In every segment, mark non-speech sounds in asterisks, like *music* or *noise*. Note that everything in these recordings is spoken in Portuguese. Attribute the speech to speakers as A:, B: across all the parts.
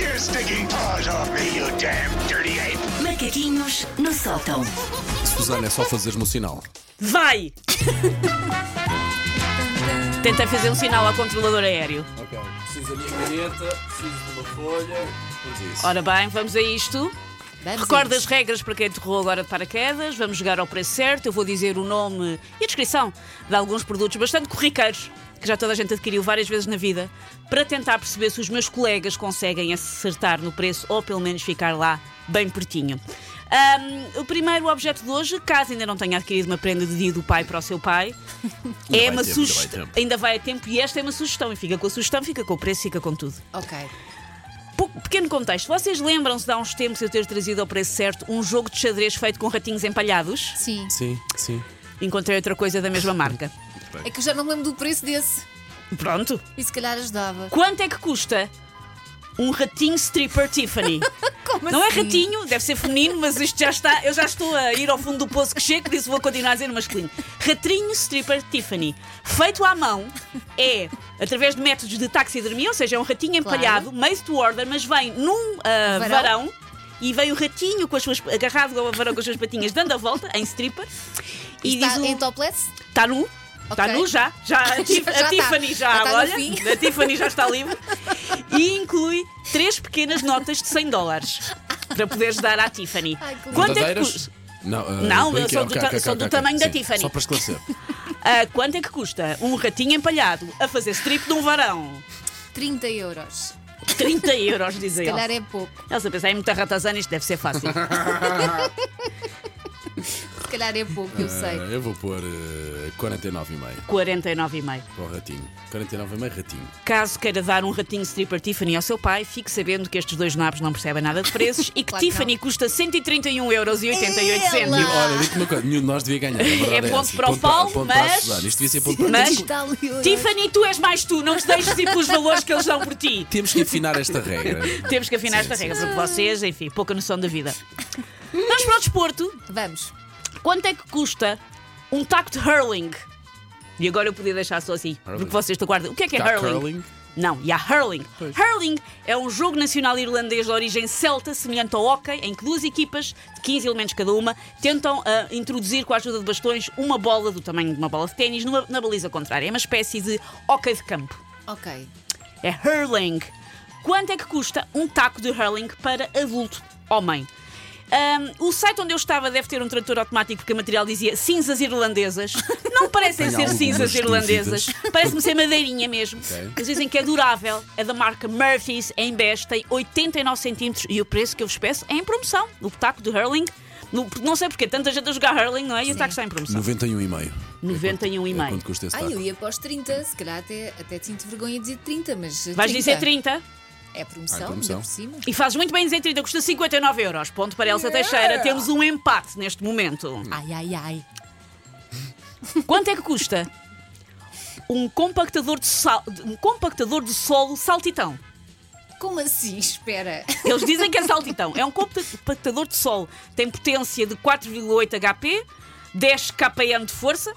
A: your stinking paws off me, you damn dirty ape!
B: Macaquinhos no sótão.
C: Susana, é só fazeres-me o sinal.
D: Vai! Tentei fazer um sinal ao controlador aéreo.
C: Ok.
E: Preciso da minha caneta, preciso de uma folha. Vamos a isso.
D: Ora bem, vamos a isto.
F: Vamos
D: Recorda
F: a
D: as
F: isso.
D: regras para quem aterrou agora de paraquedas. Vamos jogar ao preço certo. Eu vou dizer o nome e a descrição de alguns produtos bastante corriqueiros que já toda a gente adquiriu várias vezes na vida para tentar perceber se os meus colegas conseguem acertar no preço ou pelo menos ficar lá bem pertinho. Ahm, o primeiro objeto de hoje, caso ainda não tenha adquirido uma prenda de dia do pai para o seu pai,
C: vai
D: é
C: tempo, *laughs* ainda
D: uma
C: vai
D: sugestão.
C: tempo.
D: Ainda vai a tempo e esta é uma sugestão. E fica com a sugestão, fica com o preço, fica com tudo.
F: Ok.
D: Pou- Pequeno contexto, vocês lembram-se de há uns tempos eu ter trazido ao preço certo um jogo de xadrez feito com ratinhos empalhados?
F: Sim.
C: Sim, sim.
D: Encontrei outra coisa da mesma marca.
F: É que eu já não me lembro do preço desse.
D: Pronto.
F: E se calhar ajudava.
D: Quanto é que custa um ratinho stripper Tiffany?
F: *laughs* Como
D: Não é
F: assim?
D: ratinho, deve ser feminino, mas isto já está. Eu já estou a ir ao fundo do poço que chego, por isso vou continuar a dizer no masculino. Ratinho stripper Tiffany. Feito à mão, é através de métodos de taxidermia, ou seja, é um ratinho
F: Claro.
D: empalhado, made to order, mas vem num ah,
F: Varão.
D: varão. E vem o ratinho com as suas, agarrado ao varão com as suas patinhas, dando a volta em stripper. E
F: Está
D: diz um o-
F: em topless?
D: Está Tá nu. Está
F: Ok.
D: nu já. já
F: *laughs*
D: a, Tif-
F: Já
D: a
F: tá.
D: Tiffany já,
F: Já tá no
D: olha.
F: fim.
D: A Tiffany já está livre. E inclui três pequenas notas de 100 dólares para poderes dar à Tiffany.
F: Ai, que lindo.
D: quanto é que
C: Verdadeiras?
D: custa?
C: Não, ah,
D: Não,
C: bem
D: eu
C: que-
D: sou do
C: ok,
D: ta-
C: ok,
D: sou
C: ok,
D: do
C: ok.
D: tamanho da
C: Sim,
D: Tiffany.
C: Só para
D: *laughs*
C: esclarecer. Eh,
D: Ah, quanto é que custa um ratinho empalhado a fazer strip de um varão?
F: 30 euros.
D: 30 euros, diz
F: Se
C: Tá.
D: ele.
F: calhar é pouco.
D: Elsa pensa, é muita ratazana, isto deve ser fácil.
F: Se calhar é pouco, eu
C: Ah,
F: sei.
C: eu vou pôr eh, 49,5
D: 49,5.
C: para o ratinho. 49,5 ratinho.
D: Caso queira dar um ratinho stripper Tiffany ao seu pai, fique sabendo que estes dois nabos não percebem nada de preços e que
F: Claro que
D: Tiffany custa 131,88
F: Ela!
D: euros.
C: Olha, digo-te uma coisa, nenhum de nós devia ganhar. a verdade
D: É ponto
C: essa.
D: para o Paulo,
C: ponto para a
D: mas-
C: Susana. Isto devia ser ponto
D: *laughs*
C: para
D: Mas-
F: Está ali euros.
D: Tiffany, tu és mais tu, não te deixes ir pelos valores que eles dão por ti.
C: Temos que afinar esta
D: *laughs*
C: regra.
D: Temos que afinar esta regra, porque vocês, enfim, pouca noção da vida. Vamos para o desporto.
F: Vamos.
D: Quanto é que custa um taco de hurling? E agora eu podia deixar só assim,
C: Hurling.
D: porque vocês te guardam. O que é que é
C: Tá
D: hurling?
C: curling?
D: Não, e há hurling. Hurling é um jogo nacional irlandês de origem celta, semelhante ao hockey, em que duas equipas, de 15 elementos cada uma, tentam ah, introduzir com a ajuda de bastões uma bola do tamanho de uma bola de ténis numa- na baliza contrária. É uma espécie de hockey de campo.
F: Ok.
D: É hurling. Quanto é que custa um taco de hurling para adulto homem? Ahm, o site onde eu estava deve ter um tradutor automático porque o material dizia cinzas
C: *laughs*
D: irlandesas. Não parecem
C: Tenho
D: ser
C: algumas
D: cinzas irlandesas,
C: dúvidas.
D: parece-me ser madeirinha mesmo.
C: Ok.
D: Eles dizem que é durável, é da marca Murphy's em Best, tem 89 centímetros e o preço que eu vos peço é em promoção. O taco de hurling, no- não sei porque tanta gente a jogar hurling, não é? E o taco está em promoção.
C: 91,5. É
D: 91,5.
C: quanto custa esse
F: Ai,
C: taco.
F: eu ia para os 30. Se calhar até, até sinto vergonha de dizer 30, mas.
D: Vais dizer 30?
F: É promoção,
C: Ah, é
F: ainda
C: promoção.
F: por cima.
D: E fazes muito bem dizer 30, custa 59 euros. Ponto para Elsa Teixeira. Temos um empate neste momento.
F: Ai, ai, ai.
D: Quanto é que custa? Um compactador de, sal- de- um compactador de solo saltitão.
F: Como assim? *laughs* Espera.
D: Eles dizem que é saltitão. É um compactador de solo. Tem potência de 4,8 HP, 10 kpm de força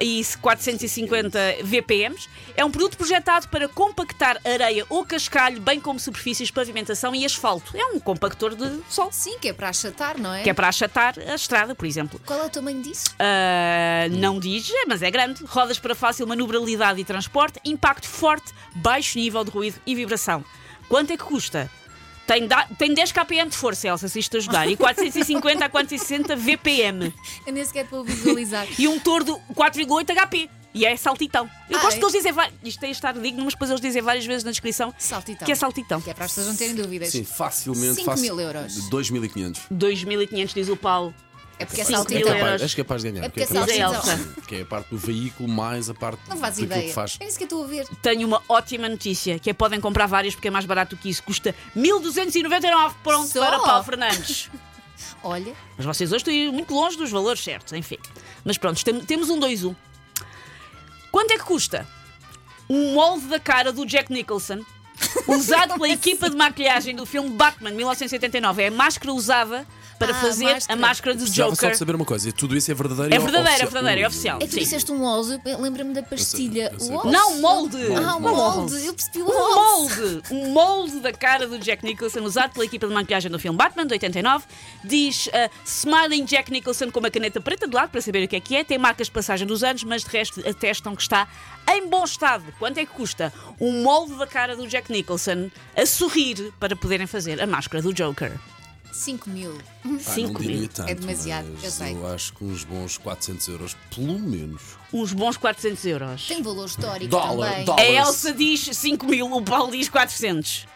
D: e 450 VPMs. É um produto projetado para compactar areia ou cascalho, bem como superfícies de pavimentação e asfalto. É um compactor de solo.
F: Sim, que é para achatar, não é?
D: Que é para achatar a estrada, por exemplo.
F: Qual é o tamanho disso?
D: Ah, não diz, é, mas é grande. Rodas para fácil manobrabilidade e transporte, impacto forte, baixo nível de ruído e vibração. Quanto é que custa? Tem, da- tem 10 kpm de força, Elsa, se isto te ajudar, e 450 a 460 VPM.
F: Eu nem sequer vou visualizar.
D: *laughs* E um tordo 4,8 HP. E é saltitão. Eu
F: Ah,
D: gosto
F: é?
D: que eles dizem várias. Isto tem de estar digno, mas depois eles dizem várias vezes na descrição
F: Saltitão.
D: que é saltitão.
F: Que é para as pessoas não terem dúvidas.
C: Sim, facilmente.
F: Cinco
C: fácil-
F: mil euros.
C: 2.500.
D: 2.500, diz o Paulo.
F: É porque é
D: Cinco
C: É
D: mil
F: saltitão.
D: euros.
C: capaz, és capaz de ganhar.
F: É porque
C: capaz de
D: é
C: ganhar.
D: saltitão.
C: Que é a parte do veículo mais a parte
F: Não faz
C: daquilo
F: ideia.
C: que faz.
F: É isso que eu estou a ver.
D: Tenho uma ótima notícia, que é podem comprar várias porque é mais barato do que isso. Custa 1299 pronto
F: Só?
D: para Paulo
F: *laughs*
D: Fernandes.
F: Olha,
D: Mas vocês hoje estão muito longe dos valores certos, enfim. Mas pronto, tem- temos um 2-1. Um. Quanto é que custa um molde da cara do Jack
F: *laughs*
D: Nicholson
F: assim.
D: usado pela equipa de maquilhagem do filme Batman 1989? É a É máscara usada para
F: Ah, a
D: fazer a
F: máscara.
D: máscara do
C: Precisava só
D: Joker.
C: de saber é uma coisa: tudo isso é verdadeiro
D: É
C: e
D: verdadeiro, é
C: oficial?
D: verdadeiro, é oficial.
F: É que tu
D: Sim.
F: disseste um osso, eu lembro-me da pastilha.
C: eu sei.
F: O osso?
D: Não, molde!
F: Ah, um
D: Não,
F: molde! Eu percebi o
D: Um
F: osso!
D: molde, um molde da cara do Jack Nicholson usado pela equipa de maquiagem do filme Batman de 89 diz ah, Smiling Jack Nicholson com uma caneta preta do lado para saber o que é que é tem marcas de passagem dos anos mas de resto atestam que está em bom estado quanto é que custa um molde da cara do Jack Nicholson a sorrir para poderem fazer a máscara do Joker
F: 5 mil.
C: Pá,
D: 5
C: não diria
D: mil,
C: tanto,
F: É demasiado,
C: mas
F: eu sei.
C: acho que uns bons 400 euros, pelo menos.
D: uns bons 400 euros
F: Tem valor histórico
C: Dólar,
F: também.
C: dólar.
D: a Elsa diz 5 mil o Paulo diz 400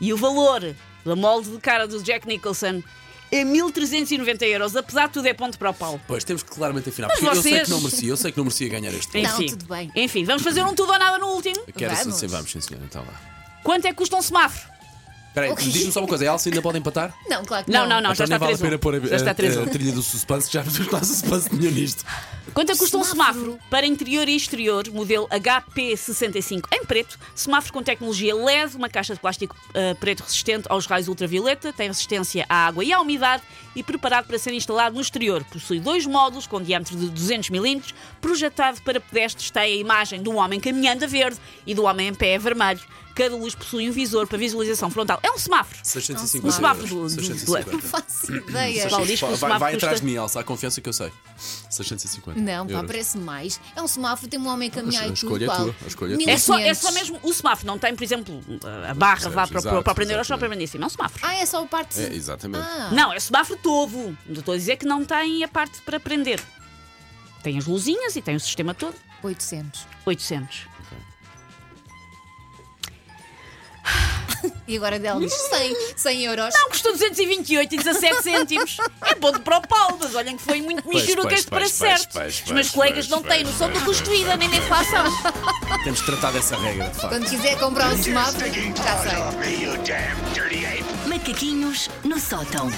D: e o valor da molde de cara do Jack Nicholson é 1390 euros, apesar de tudo é ponto para o Paulo.
C: Pois temos que claramente afinar,
D: Mas
C: porque eu sei
D: vocês-
C: que não merecia, eu sei que não merecia ganhar este prémio.
F: Não, tudo bem.
D: Enfim, vamos fazer um tudo ou nada no último.
C: Eu Quero
F: Vamos.
C: sim, vamos, sim, senhora, então lá.
D: Quanto é que custa um semáforo?
C: Espera aí,
F: Ok.
C: diz-me só uma coisa: a Elsa ainda pode empatar?
F: Não, claro que
D: Não,
F: não.
D: não, não, já
C: então nem
D: está
C: vale a
D: 3
C: pena pôr a, é,
D: Já está um.
C: a-
D: 3
C: a trilha do suspense, que já não faz suspense nenhum nisto.
D: Quanto é que custa um
F: Semáforo.
D: semáforo para interior e exterior, modelo HP65 em preto, semáforo com tecnologia LED, uma caixa de plástico ah, preto resistente aos raios ultravioleta, tem resistência à água e à umidade e preparado para ser instalado no exterior. Possui dois módulos com diâmetro de 200 mm, projetado para pedestres, tem a imagem de um homem caminhando a verde e do homem em pé a vermelho. Cada luz possui um visor para visualização frontal. É um semáforo. Um
C: 650
D: semáforo do-
C: euros.
D: do-
C: 650.
F: Não faço ideia.
D: Paulo diz que o
C: Vai-
D: semáforo
C: vai atrás
D: custa-
C: de mim, Elsa, há confiança que eu sei. 650.
F: Não, pá,
C: euros.
F: parece mais. É um semáforo, tem um homem a caminhar
C: A
F: e tudo.
C: escolha é
F: Paulo.
C: tua, a escolha é tua.
D: É só, é só
F: 1500.
D: mesmo o semáforo, não tem, por exemplo, a barra vá para,
C: Exato,
D: para aprender ao
C: exatamente.
D: shopping em cima. É um semáforo.
F: Ah, é só a parte.
C: É, exatamente.
F: Ah,
D: Não, é o semáforo todo. Não estou a dizer que não tem a parte para prender. Tem as luzinhas e tem o sistema todo.
F: 800.
D: 800.
F: E agora
D: *laughs*
F: dela diz 100, 100 euros.
D: Não, custou 228 e 17 cêntimos. É ponto para o Paulo, mas olhem que foi muito
C: Pois, pois,
D: michurucas de para
C: pois,
D: certo.
C: pois, pois,
D: Os meus
C: pois,
D: colegas não
C: pois,
D: têm noção do
C: pois,
D: custo de vida nem da inflação.
C: Temos de tratar dessa regra, de facto.
F: Quando quiser comprar um semáforo,
A: Sticking
F: já
A: paws
F: sei.
A: off me, you damn dirty ape!
B: Macaquinhos no sótão.